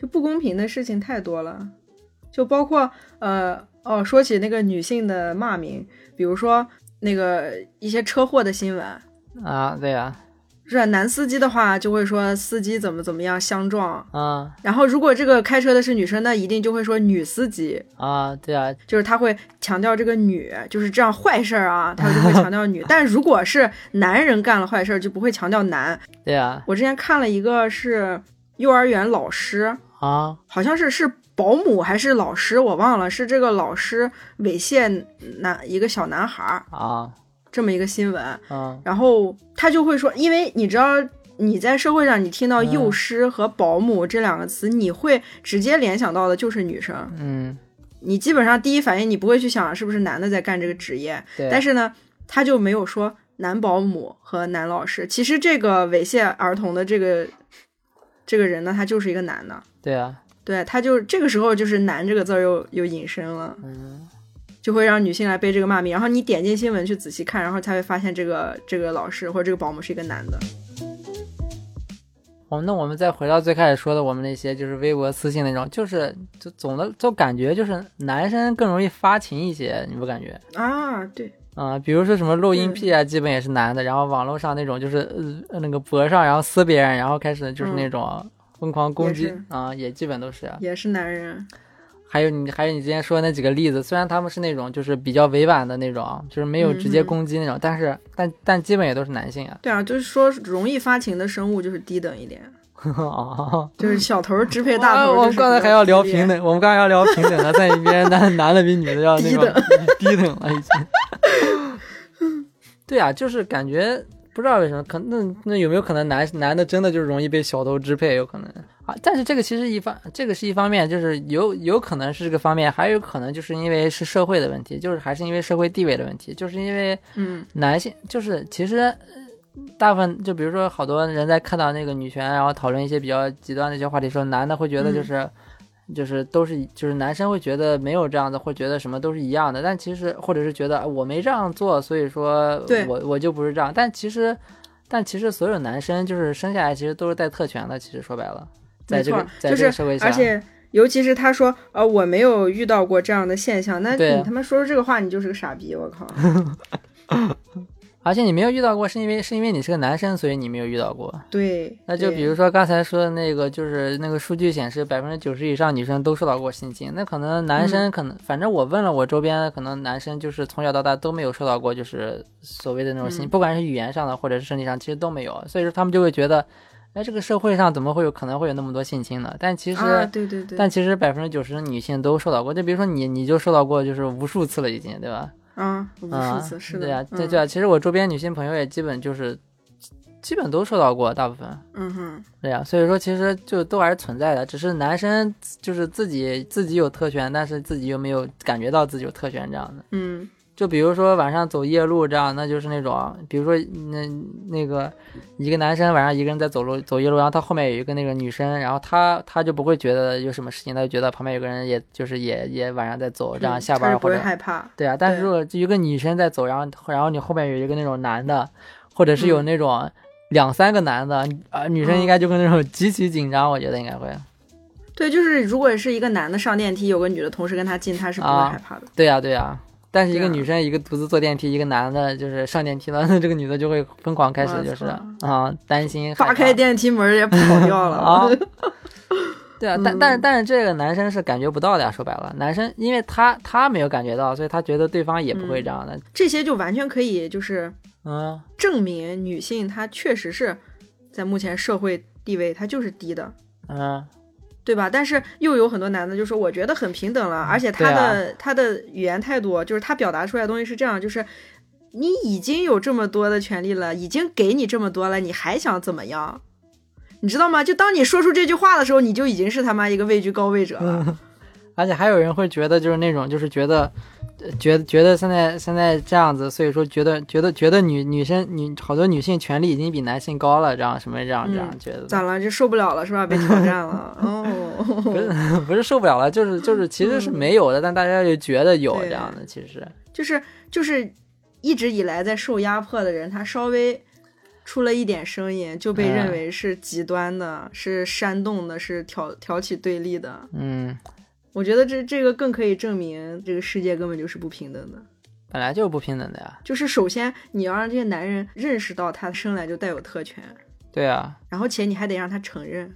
A: 就不公平的事情太多了，就包括呃哦，说起那个女性的骂名，比如说那个一些车祸的新闻，
B: 啊？对啊，
A: 是吧？男司机的话就会说司机怎么怎么样相撞，
B: 啊
A: 然后如果这个开车的是女生，那一定就会说女司机，
B: 啊，对啊，
A: 就是他会强调这个女就是这样坏事儿啊，他就会强调女。但如果是男人干了坏事儿，就不会强调男。
B: 对啊，
A: 我之前看了一个是呃幼儿园老师，
B: 啊
A: 好像是是保姆还是老师，我忘了，是这个老师猥亵男一个小男孩儿
B: 啊
A: 这么一个新闻，
B: 嗯
A: 然后他就会说，因为你知道。你在社会上，你听到
B: 嗯
A: 幼师和保姆这两个词，你会直接联想到的就是女生。
B: 嗯，
A: 你基本上第一反应，你不会去想是不是男的在干这个职业。
B: 对，啊
A: 但是呢，他就没有说男保姆和男老师。其实这个猥亵儿童的这个这个人呢，他就是一个男的，
B: 对啊，
A: 对，他就这个时候就是“男”这个字儿又又引申了，
B: 嗯，
A: 就会让女性来背这个骂名。然后你点进新闻去仔细看，然后才会发现这个这个老师或者这个保姆是一个男的。
B: 我们哦那我们再回到最开始说的，我们那些就是微博私信那种，就是就总的就感觉就是男生更容易发情一些，你不感觉？
A: 啊，对，
B: 啊、比如说什么录
A: 嗯
B: 音癖啊，基本也是男的。然后网络上那种就是呃那个博上，然后撕别人，然后开始就是那种疯狂攻击
A: 嗯也是
B: 啊、也基本都是。
A: 也是男人。
B: 还有你还有你之前说的那几个例子，虽然他们是那种就是比较委婉的那种，就是没有直
A: 嗯
B: 接
A: 哼
B: 攻击那种，但是但但基本也都是男性啊。
A: 对啊，就是说容易发情的生物就是低等一点，
B: 哦，
A: 就是小头儿支配大头儿。
B: 啊我们
A: 就是
B: 刚才
A: 比较
B: 还要聊
A: 低劣
B: 平，等，我们刚才要聊平等了，在一 边男男的比女的要那种低等了已经。 对啊，就是感觉不知道为什么，可那那有没有可能男男的真的就是容易被小偷支配，有可能啊？但是这个其实一方，这个是一方面，就是有有可能是这个方面，还有可能就是因为是社会的问题，就是还是因为社会地位的问题，就是因为
A: 嗯
B: 男性就是其实呃大部分就比如说好多人在看到那个女权，啊然后讨论一些比较极端的一些话题的时候，男的会觉得
A: 嗯
B: 就是、就是都是就是男生会觉得没有这样的，会觉得什么都是一样的，但其实或者是觉得啊我没这样做，所以说
A: 对
B: 我我就不是这样，但其实但其实所有男生就是生下来其实都是带特权的，其实说白了，在
A: 没
B: 这
A: 错
B: 个
A: 儿
B: 在
A: 就
B: 这个
A: 是
B: 社会下，
A: 而且尤其是他说，呃，我没有遇到过这样的现象，那
B: 对啊
A: 你他妈说出这个话，你就是个傻逼， 我靠！
B: 而且你没有遇到过，是因为是因为你是个男生，所以你没有遇到过。
A: 对，
B: 那就
A: 对
B: 比如说刚才说的那个，就是那个数据显示，百分之九十以上女生都受到过性侵。那可能男
A: 嗯
B: 生可能，反正我问了我周边，可能男生就是从小到大都没有受到过，就是所谓的那种性，
A: 嗯
B: 不管是语言上的或者是身体上，其实都没有。所以说他们就会觉得，哎，这个社会上怎么会有可能会有那么多性侵呢？但其实，
A: 啊，对对对，
B: 但其实百分之九十的女性都受到过。就比如说你，你就受到过就是无数次了，已经，对吧？
A: 啊，无数次是的，
B: 对呀、对
A: 嗯
B: 对啊。其实我周边女性朋友也基本就是，基本都受到过，大部分。
A: 嗯哼，
B: 对呀、所以说其实就都还是存在的，只是男生就是自己自己有特权，但是自己又没有感觉到自己有特权这样的。
A: 嗯
B: 就比如说晚上走夜路这样，那就是那种，比如说那那个一个男生晚上一个人在走路走夜路，然后他后面有一个那个女生，然后他他就不会觉得有什么事情，他就觉得旁边有个人也就是也也晚上在走，这样
A: 嗯
B: 下
A: 他
B: 班
A: 是不
B: 或者、
A: 会害怕，
B: 对啊，但是
A: 对
B: 如果一个女生在走，然后然后你后面有一个那种男的，或者是有
A: 嗯
B: 那种两三个男的，啊、女生应该就会那种极其紧张，我觉得应该会。啊
A: 对，就是如果是一个男的上电梯，有个女的同时跟他进，他是不会
B: 啊
A: 害怕的，
B: 对呀、对呀、但是一个
A: 对啊
B: 女生一个独自坐电梯，一个男的就是上电梯了，那这个女的就会疯狂开始
A: 我
B: 就是啊
A: 操、
B: 担心害
A: 扒
B: 怕
A: 开电梯门也跑掉了
B: 啊。对啊，但但
A: 嗯
B: 是但是这个男生是感觉不到的呀、说白了，男生因为他他没有感觉到，所以他觉得对方也不
A: 嗯
B: 会这样的。
A: 这些就完全可以就是
B: 嗯
A: 证明女性她确实是在目前社会地位她就是低的，
B: 嗯，
A: 对吧？但是又有很多男的就说，我觉得很平等了，而且他
B: 对啊
A: 的、他的语言态度，就是他表达出来的东西是这样，就是你已经有这么多的权利了，已经给你这么多了，你还想怎么样？你知道吗？就当你说出这句话的时候，你就已经是他妈一个位居高位者 了。
B: 而且还有人会觉得，就是那种，就是觉得，呃觉得觉得现在现在这样子，所以说觉得觉得觉得女女生女好多女性权利已经比男性高了，这样什么这样
A: 嗯
B: 这样觉得 的，
A: 咋了？这受不了了是吧？被挑战了哦。
B: 不是不是受不了了，就是就是其实是没有的，但大家就觉得有
A: 嗯对
B: 这样的，其实
A: 就是就是一直以来在受压迫的人，他稍微出了一点声音，就被
B: 嗯
A: 认为是极端的、是煽动的、是挑挑起对立的。
B: 嗯，
A: 我觉得这这个更可以证明这个世界根本就是不平等的。
B: 本来就是不平等的呀，
A: 就是首先你要让这些男人认识到他生来就带有特权，
B: 对啊，
A: 然后且你还得让他承认，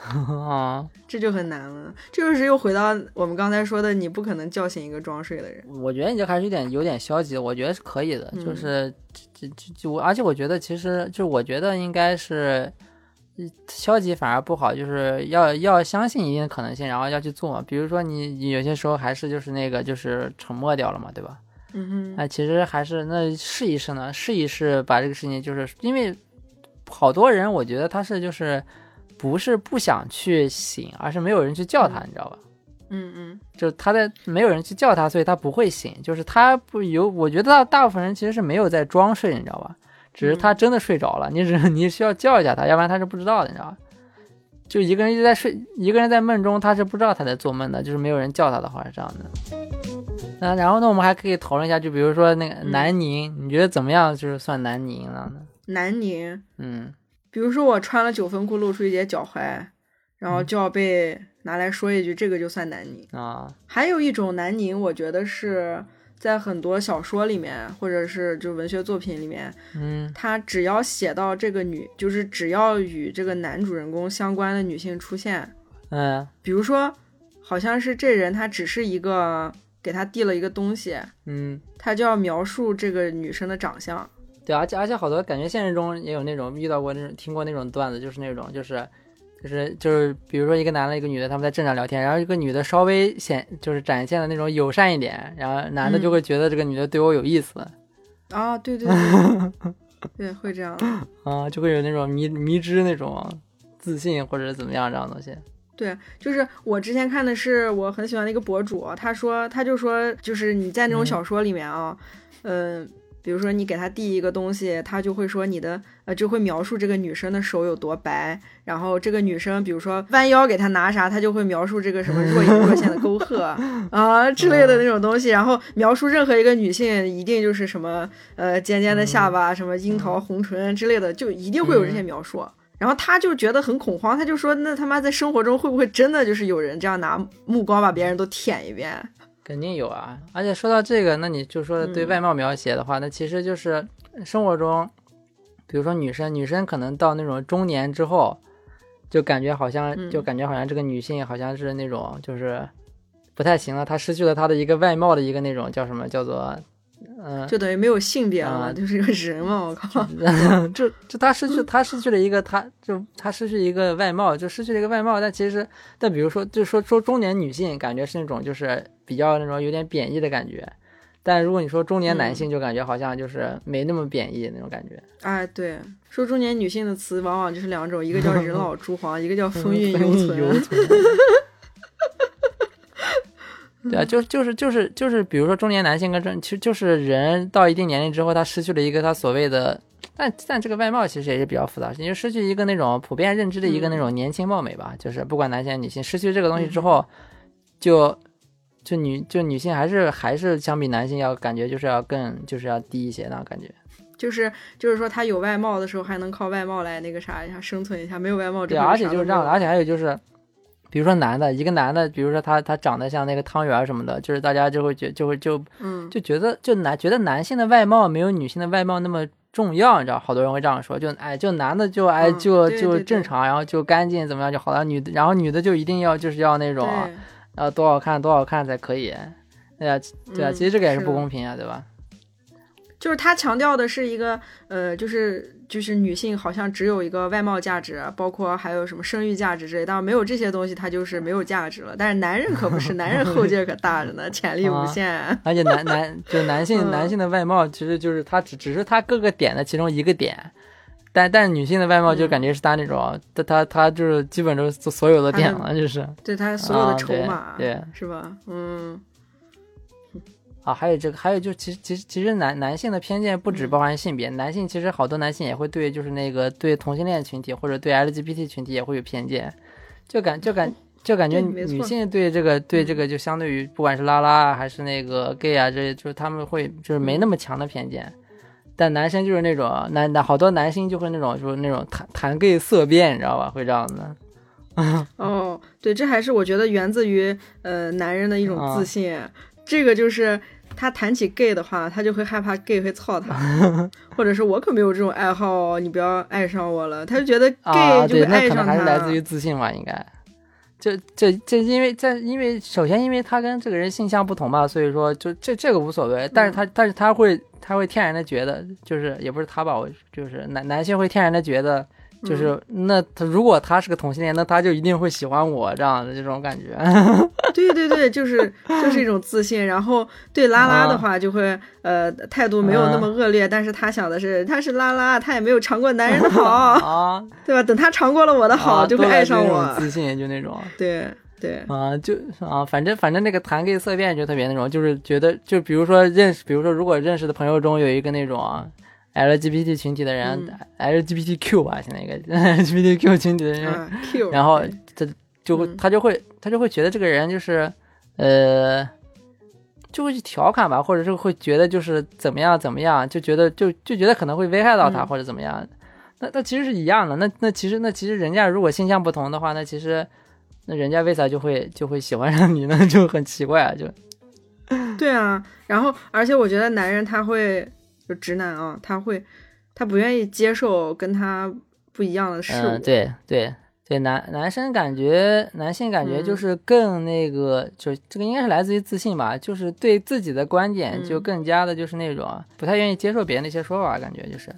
B: 啊，
A: 这就很难了。这就是又回到我们刚才说的，你不可能叫醒一个装睡的人。
B: 我觉得你这还是有点有点消极的，我觉得是可以的，
A: 嗯
B: 就是这这这我，而且我觉得其实就是我觉得应该是，呃消极反而不好，就是要要相信一定的可能性，然后要去做嘛。比如说你你有些时候还是就是那个就是沉默掉了嘛，对吧？
A: 嗯哼，
B: 那其实还是那试一试呢，试一试把这个事情，就是因为好多人我觉得他是就是不是不想去醒，而是没有人去叫他，你知道吧？
A: 嗯嗯，
B: 就是他在没有人去叫他，所以他不会醒。就是他不有，我觉得大大部分人其实是没有在装睡，你知道 吧？只是他真的睡着了，你只你需要叫一下他，要不然他是不知道的，你知道吧？就一个人一直在睡，一个人在梦中，他是不知道他在做梦的，就是没有人叫他的话是这样的。那然后呢，我们还可以讨论一下，就比如说那个
A: 嗯
B: 南宁，你觉得怎么样？就是算南宁了呢？
A: 南宁，
B: 嗯，
A: 比如说我穿了九分裤露出一截脚踝，然后就要被拿来说一句，这个就算南宁。
B: 啊，
A: 还有一种南宁，我觉得是在很多小说里面，或者是就文学作品里面，
B: 嗯，
A: 他只要写到这个女，就是只要与这个男主人公相关的女性出现，
B: 嗯，
A: 比如说，好像是这人他只是一个给他递了一个东西，
B: 嗯，
A: 他就要描述这个女生的长相。
B: 对，而且而且好多感觉现实中也有那种遇到过那种听过那种段子，就是那种就是就是就是比如说一个男的一个女的他们在镇上聊天，然后一个女的稍微显就是展现的那种友善一点，然后男的
A: 嗯
B: 就会觉得这个女的对我有意思，
A: 啊，对对对， 对，会这样的。
B: 啊，就会有那种迷迷之那种自信或者怎么样这样的东西。
A: 对，就是我之前看的是我很喜欢的一个博主，他说他就说，就是你在那种
B: 嗯
A: 小说里面啊，嗯、比如说你给他递一个东西，他就会说你的呃就会描述这个女生的手有多白，然后这个女生比如说弯腰给他拿啥，他就会描述这个什么若隐若现的沟壑 啊之类的那种东西，然后描述任何一个女性一定就是什么呃尖尖的下
B: 嗯
A: 巴，什么樱桃红唇之类的，就一定会有这些描述。然后他就觉得很恐慌，他就说：“那他妈在生活中会不会真的就是有人这样拿目光把别人都舔一遍
B: 肯定有啊，而且说到这个，那你就说对
A: 嗯
B: 外貌描写的话，那其实就是生活中，比如说女生，女生可能到那种中年之后，就感觉好像，
A: 嗯
B: 就感觉好像这个女性好像是那种就是不太行了，她失去了她的一个外貌的一个那种叫什么叫做，嗯、？”
A: 就等于没有性别了嘛，
B: 啊
A: 就是个人嘛！我靠，
B: 就就她失去她失去了一个她就她失去一个外貌，就失去了一个外貌。但其实，但比如说，就说说中年女性，感觉是那种就是比较那种有点贬义的感觉。但如果你说中年男性，就感觉好像就是没那么贬义那种感觉。
A: 哎，对，说中年女性的词往往就是两种，一个叫人老珠黄，一个叫风韵犹
B: 嗯犹
A: 存。
B: 存。对啊，就是就是就是就是，比如说中年男性跟中，其实就是人到一定年龄之后，他失去了一个他所谓的，但但这个外貌其实也是比较复杂，你就失去一个那种普遍认知的一个那
A: 嗯
B: 种年轻貌美吧，就是不管男性还是女性，失去这个东西之后，就就女就女性还是还是相比男性要感觉就是要更就是要低一些那种感觉。
A: 就是就是说，她有外貌的时候还能靠外貌来那个啥一下生存一下，没有外貌之
B: 对，
A: 后
B: 而
A: 啥
B: 且
A: 都
B: 就是
A: 没
B: 这样
A: 有
B: 的，而且还有就是，比如说男的，一个男的，比如说他他长得像那个汤圆儿什么的，就是大家就会觉就会就
A: 嗯，
B: 就觉得就男觉得男性的外貌没有女性的外貌那么重要，你知道，好多人会这样说，就哎就男的就哎
A: 嗯
B: 就
A: 对
B: 就
A: 对对
B: 正常，然后就干净怎么样就好了，女的然后女的就一定要就是要那种呃多好看多好看才可以，对啊
A: 对
B: 对啊，
A: 嗯
B: 其实这个也是
A: 是
B: 不
A: 的
B: 公平啊，对吧？
A: 就是他强调的是一个呃，就是就是女性好像只有一个外貌价值，包括还有什么生育价值之类，但是没有这些东西，它就是没有价值了。但是男人可不 是，男人后劲儿可大着呢，潜力
B: 啊
A: 无限。啊
B: 而且男男 就男性
A: 嗯
B: 男性的外貌，其实就是他只只是他各个点的其中一个点，但但是女性的外貌就
A: 嗯
B: 感觉是他那种，他他他就是基本都是所有的
A: 他
B: 点
A: 的
B: 了，就是
A: 对他嗯所有的
B: 啊
A: 筹
B: 对
A: 码，
B: 对
A: 是吧？嗯，
B: 啊，还有这个，还有就是其实其实其实男男性的偏见不只
A: 嗯
B: 包含性别，男性其实好多男性也会对就是那个对同性恋群体或者对 LGBT 群体也会有偏见，就感就 感。就感觉
A: 对没
B: 女
A: 错嗯
B: 性对这个对这个就相对于不管是拉拉啊还是那个 gay 啊，这就是他们会就是
A: 嗯
B: 没那么强的偏见，但男生就是那种男男好多男性就会那种就是那种谈谈 gay 色变，你知道吧？会这样子。
A: 哦，对，这还是我觉得源自于呃男人的一种
B: 啊
A: 自信，这个就是。他谈起 gay 的话，他就会害怕 gay 会操 他，或者是我可没有这种爱好哦，你不要爱上我了。他就觉得 gay
B: 啊，
A: 就会
B: 对，那
A: 爱
B: 可
A: 上
B: 能
A: 他。
B: 还是来自于自信吧，应该。这这这，因为在因为首先因为他跟这个人性向不同吧，所以说就这这个无所谓，但是
A: 嗯
B: 他、但是他会他会天然的觉得，就是也不是他吧，我就是男男性会天然的觉得，就是、
A: 嗯
B: 那他如果他是个同性恋，那他就一定会喜欢我这样的这种感觉。
A: 啊对对对，就是就是一种自信。然后对拉拉的
B: 啊
A: 话，就会、呃态度没有那么恶劣，但是他想的是他是拉拉，他也没有尝过男人的 好，
B: 啊，
A: 对吧？等他尝过了我的好，
B: 啊
A: 就会
B: 多来
A: 爱
B: 自于
A: 上
B: 那种
A: 我。
B: 自信就那种。
A: 对对，
B: 啊，就啊，反正反正那个谈 gay 色变就特别那种，就是觉得就比如说认识，比如说如果认识的朋友中有一个那种啊 LGBT 群体的人、LGBTQ 吧，现在应该 LGBTQ 群体的人，
A: 啊，Q，
B: 然后他就会
A: 嗯
B: 他就会他就会觉得这个人就是呃，就会去调侃吧，或者是会觉得就是怎么样怎么样，就觉得就就觉得可能会危害到他
A: 嗯
B: 或者怎么样。那那其实是一样的，那那其实那其实人家如果性向不同的话，那其实那人家为啥就会就会喜欢上你呢？ 就很奇怪啊，就
A: 对啊，然后而且我觉得男人他会就直男啊，他会他不愿意接受跟他不一样的事
B: 嗯，
A: 物，
B: 对对对，男男生感觉男性感觉就
A: 嗯
B: 是更那个，就这个应该是来自于自信吧，就是对自己的观点就
A: 嗯
B: 更加的就是那种、不太愿意接受别人的一些说法，感觉就是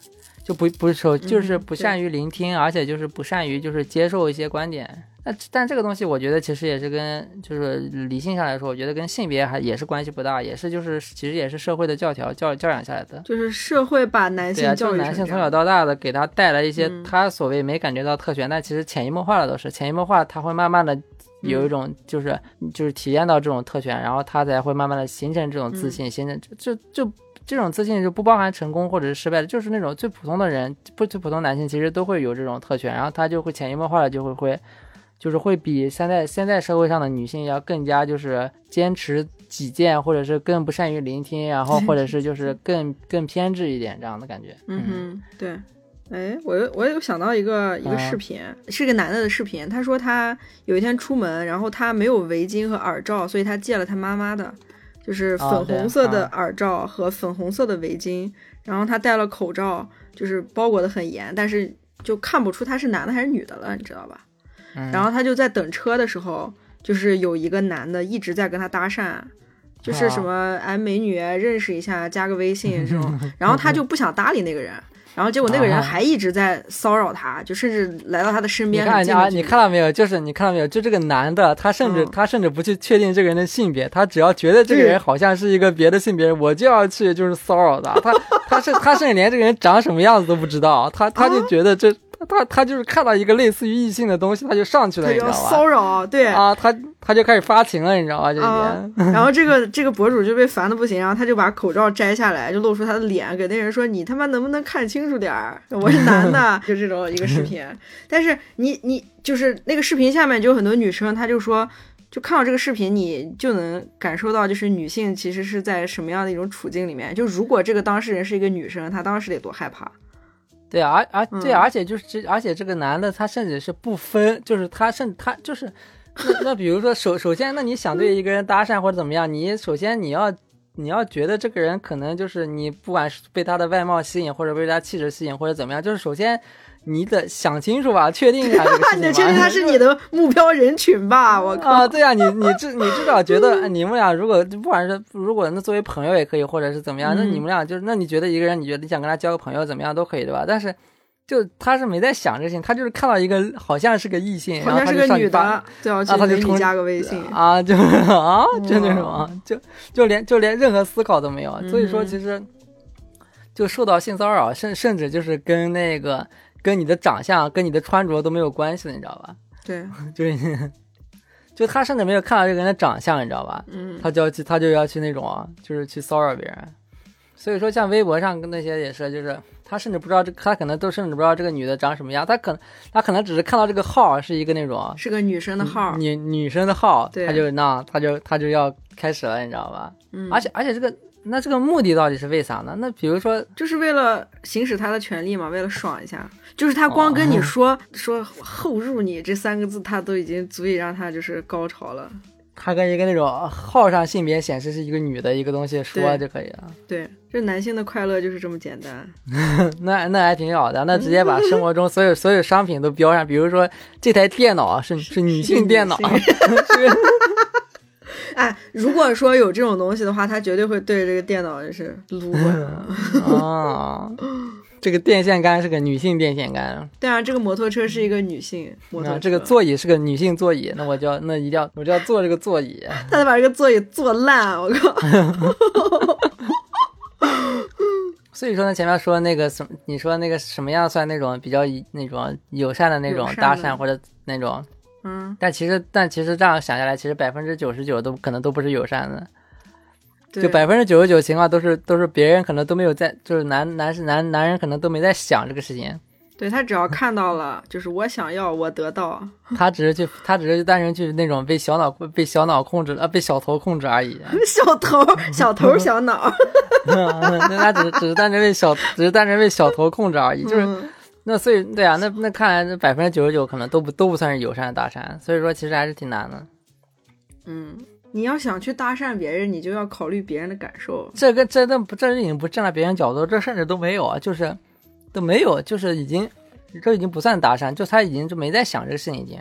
B: 就不不受，就是
A: 嗯
B: 不
A: 对
B: 善于聆听，而且就是不善于就是接受一些观点。但但这个东西，我觉得其实也是跟就是理性上来说，我觉得跟性别还也是关系不大，也是就是其实也是社会的教条教教养下来的。
A: 就是社会把男
B: 对啊，
A: 性
B: 就
A: 教育
B: 是男性
A: 成这
B: 从小
A: 样。
B: 到大的给他带来一些
A: 嗯
B: 他所谓没感觉到特权，但其实潜移默化的都是潜移默化，他会慢慢
A: 嗯
B: 的有一种就是、就是体验到这种特权，然后他才会慢慢的形成这种
A: 嗯
B: 自信，形成就就就这种自信就不包含成功或者是失败的，就是那种最普通的人，不最普通男性其实都会有这种特权，然后他就会潜移默化的就会会。就是会比现在现在社会上的女性要更加就是坚持己见，或者是更不善于聆听，然后或者是就是更更偏执一点这样的感觉。
A: 嗯哼，对。哎，我又我又想到一个一个视
B: 嗯
A: 频，是个男的的视频。他说他有一天出门，然后他没有围巾和耳罩，所以他借了他妈妈的，就是
B: 啊
A: 粉
B: 对
A: 红色的
B: 啊
A: 耳罩和粉红色的围巾。然后他戴了口罩，就是包裹的很严，但是就看不出他是男的还是女的了，你知道吧？
B: 嗯，
A: 然后他就在等车的时候，就是有一个男的一直在跟他搭讪，就是什
B: 哦
A: 么哎美女认识一下，加个微信这 种，然后他就不想搭理那个人，然后结果那个人
B: 啊
A: 还一直在骚扰他，就甚至来到他的身
B: 你
A: 边
B: 看
A: 很
B: 你
A: 近
B: 啊，
A: 的距
B: 你
A: 离。
B: 看到没有？就是你看到没有？就这个男的，他甚至、
A: 嗯
B: 他甚至不去确定这个人的性别，他只要觉得这个
A: 对
B: 人好像是一个别的性别人，我就要去就是骚扰他。他他是他甚至连这个人长什么样子都不知道，他他
A: 啊
B: 就觉得这他他他就是看到一个类似于异性的东西，他就上去了，
A: 他
B: 你知
A: 就要
B: 道吧？
A: 骚扰，对，
B: 啊，他他就开始发情了，你知道吧？这
A: 啊
B: 边。
A: 然后这个这个博主就被烦的不行，然后他就把口罩摘下来，就露出他的脸，给那人说：“你他妈能不能看清楚点儿？我是男 的。”就这种一个视频。但是你你就是那个视频下面就有很多女生，她就说，就看到这个视频，你就能感受到，就是女性其实是在什么样的一种处境里面。就如果这个当事人是一个女生，她当时得多害怕。
B: 对啊，而而对啊，
A: 嗯
B: 而且就是这，而且这个男的他甚至是不分，就是他甚他就是，那那比如说首首先，那你想对一个人搭讪或者怎么样，你首先你要你要觉得这个人可能就是你不管是被他的外貌吸引，或者被他气质吸引，或者怎么样，就是首先你得想清楚吧，确定一下这个事
A: 你得
B: 情吧。
A: 确定她是你的目标人群吧？ 我靠！
B: 啊，对呀、啊，你你至你至少觉得哎你们俩如果不管是如果那作为朋友也可以，或者是怎么样，那
A: 嗯
B: 你们俩就是那你觉得一个人，你觉得你想跟他交个朋友怎么样都可以，对吧？但是就他是没在想这些，他就是看到一个好像是个异性，然
A: 好
B: 后
A: 像
B: 他
A: 是
B: 就
A: 个
B: 上
A: 女
B: 去发
A: 的，就要去
B: 啊她就
A: 给你
B: 冲
A: 加个微信。
B: 啊，就是啊，就那种
A: 哇
B: 啊，就就连就连任何思考都没有。所以说，
A: 嗯哼
B: 其实就受到性骚扰，甚甚至就是跟那个跟你的长相、跟你的穿着都没有关系的，你知道吧？
A: 对，
B: 就是就他甚至没有看到这个人的长相，你知道吧？
A: 嗯，
B: 他就要去，他就要去那种啊，就是去骚扰别人。所以说，像微博上跟那些也是，就是他甚至不知道这，他可能都甚至不知道这个女的长什么样，他可能他可能只是看到这个号是一个那种啊
A: 是个女生的号。
B: 女女生的号，
A: 对
B: 他就那他就他就要开始了，你知道吧？
A: 嗯，
B: 而且而且这个那这个目的到底是为啥呢？那比如说
A: 就是为了行使他的权利嘛，为了爽一下。就是他光跟
B: 哦
A: 你说、说后入你这三个字，他都已经足以让他就是高潮了。
B: 他跟一个那种号上性别显示是一个女的一个东西说
A: 对
B: 就可以了，
A: 对，这男性的快乐就是这么简单。
B: 那那还挺好的，那直接把生活中所有所有商品都标上，比如说这台电脑是是女性电脑，
A: 是 哎，如果说有这种东西的话，他绝对会对这个电脑就是撸管
B: 嗯
A: 啊。
B: 啊，这个电线杆是个女性电线杆，
A: 对啊，这个摩托车是一个女性摩托
B: 那
A: 车，
B: 啊这个座椅是个女性座椅，那我就要那一定要我就要坐这个座椅。
A: 他得把这个座椅坐烂，啊我 靠！
B: 所以说呢，前面说那个什么，你说那个什么样算那种比较那种友善的那种
A: 友善
B: 搭
A: 的
B: 讪或者那种，
A: 嗯，
B: 但其实但其实这样想下来，其实百分之九十九都可能都不是友善的。
A: 对
B: 就百分之九十九情况都是都是别人可能都没有在，就是男男是男男人可能都没在想这个 事情，
A: 对他只要看到了，就是我想要，我得到，
B: 他只是去他只是单纯去那种被小脑被小脑控制了，呃被小头控制 而已。啊
A: 小头小 头小脑，
B: 那他只是只是单纯被小只是单纯被小头控制而已，就是
A: 嗯
B: 那所以对啊，那那看来这百分之九十九可能都不都不算是友善的搭讪，所以说其实还是挺难的。
A: 嗯，你要想去搭讪别人，你就要考虑别人的感受。
B: 这跟这都不这已经不站在别人角度，这甚至都没有啊，就是都没有，就是已经这已经不算搭讪，就他已经就没在想这个事情已经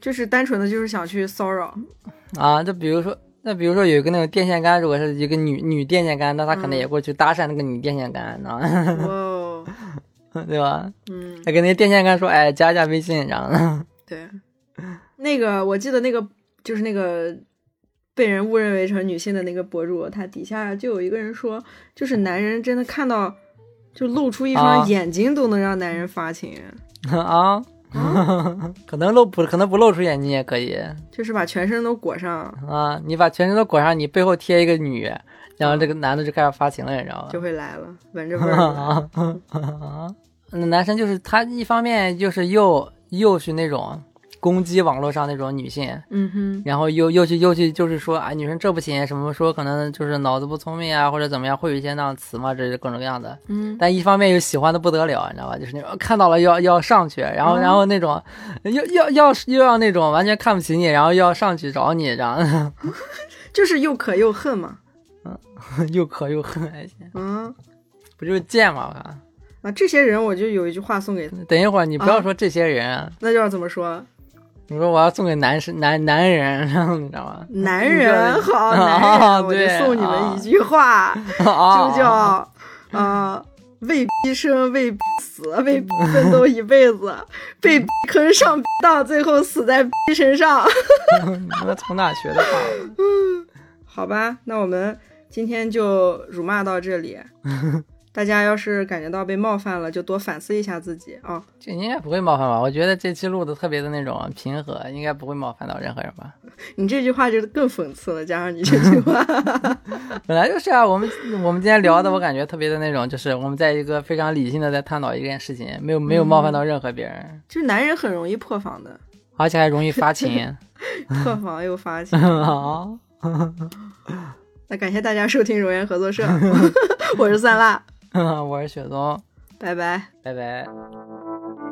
A: 就是单纯的就是想去骚扰，
B: 啊。就比如说，那比如说有一个那种电线杆，如果是一个女女电线杆，那他可能也会去搭讪那个女电线杆，啊，
A: 哇哦，
B: 对吧？
A: 嗯，
B: 他跟那电线杆说，哎，加一下微信，然后
A: 对，那个我记得那个就是那个被人误认为成女性的那个博主，他底下就有一个人说，就是男人真的看到就露出一
B: 啊
A: 双眼睛都能让男人发情，
B: 啊，可能露不可能不露出眼睛也可以，
A: 就是把全身都裹上
B: 啊，你把全身都裹上，你背后贴一个女，然后这个男的就开始发情了，你知道吧？
A: 就会来了，闻着味儿就来了。
B: 那男生就是他一方面就是又又是那种攻击网络上那种女性，
A: 嗯哼，
B: 然后又又去又去就是说啊，女生这不行，什么说可能就是脑子不聪明啊，或者怎么样，会有一些那样的词嘛，这是各种各样的。
A: 嗯，
B: 但一方面又喜欢的不得了，你知道吧？就是那种看到了要要上去，然
A: 哦
B: 后然后那种又要要又要那种完全看不起你，然后又要上去找你，这样
A: 就是又渴又恨嘛。
B: 又渴又恨，还行。
A: 嗯，
B: 不就是贱吗？我靠！
A: 啊，这些人我就有一句话送给他，
B: 等一会儿，你不
A: 哦
B: 要说这些人，啊、
A: 那就要怎么说？
B: 你说我要送给男生男男人， 你知道吗？
A: 男人好，
B: 啊
A: 男人，我就
B: 对
A: 送你们一句话，
B: 啊，
A: 就叫啊，为逼生，为逼死，为逼奋斗一辈子，被逼坑上逼当，最后死在逼身上。
B: 你们从哪学的话？
A: 好吧，那我们今天就辱骂到这 里。大家要是感觉到被冒犯了，就多反思一下自己啊、
B: 这应该不会冒犯吧？我觉得这期录的特别的那种平和，应该不会冒犯到任何人吧？
A: 你这句话就更讽刺了，加上你这句 话，
B: 本来就是啊，我们我们今天聊的，我感觉特别的那种，就是我们在一个非常理性的在探讨一件事情，没有没有冒犯到任何别人，
A: 就是男人很容易破防 的，
B: 而且还容易发情。
A: 破防又发情。
B: 好，
A: 那感谢大家收听熔岩合作社， 我是酸辣，
B: 我是雪松，
A: 拜拜。
B: 拜拜。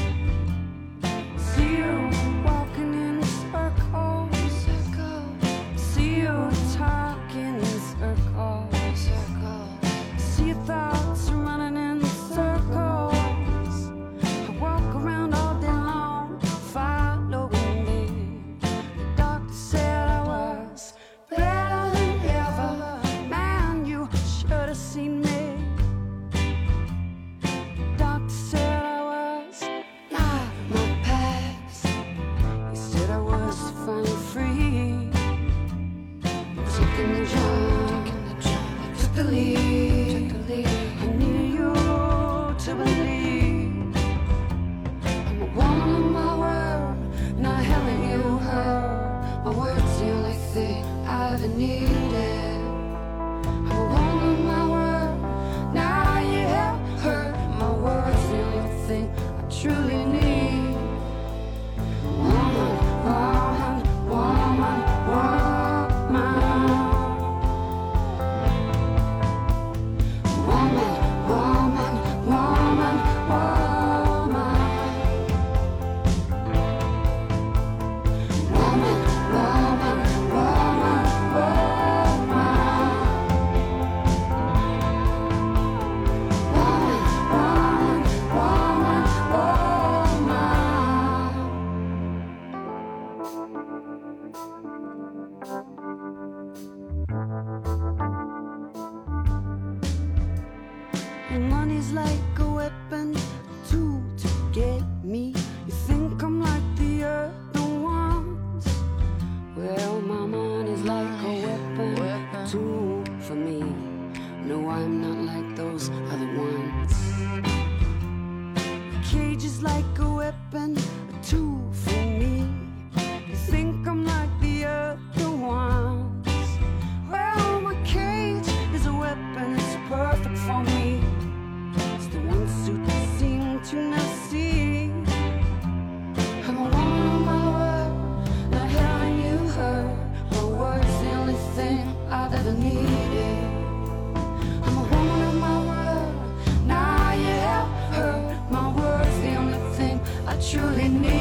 C: See you walking in circles, circles. See you talking in circles, circles. See thoughts running in circles. I walk around all day long, following me. The doctor said I was better than ever. Man, you should have seen me. The doctor said I was is like a weapon, a tool to get me. You think I'm like the other ones? Well, my mind is like a weapon, a tool for me. No, I'm not like those other ones. Cage is like a weapon, a tool for me. You think I'm like the other ones? Well, my cage is a weapon, it's perfect for me. It's the one suit that seem to not see. I'm a woman of my word, not having you heard. My word's the only thing I've ever needed. I'm a woman of my word, now you have heard. My word's the only thing I truly need.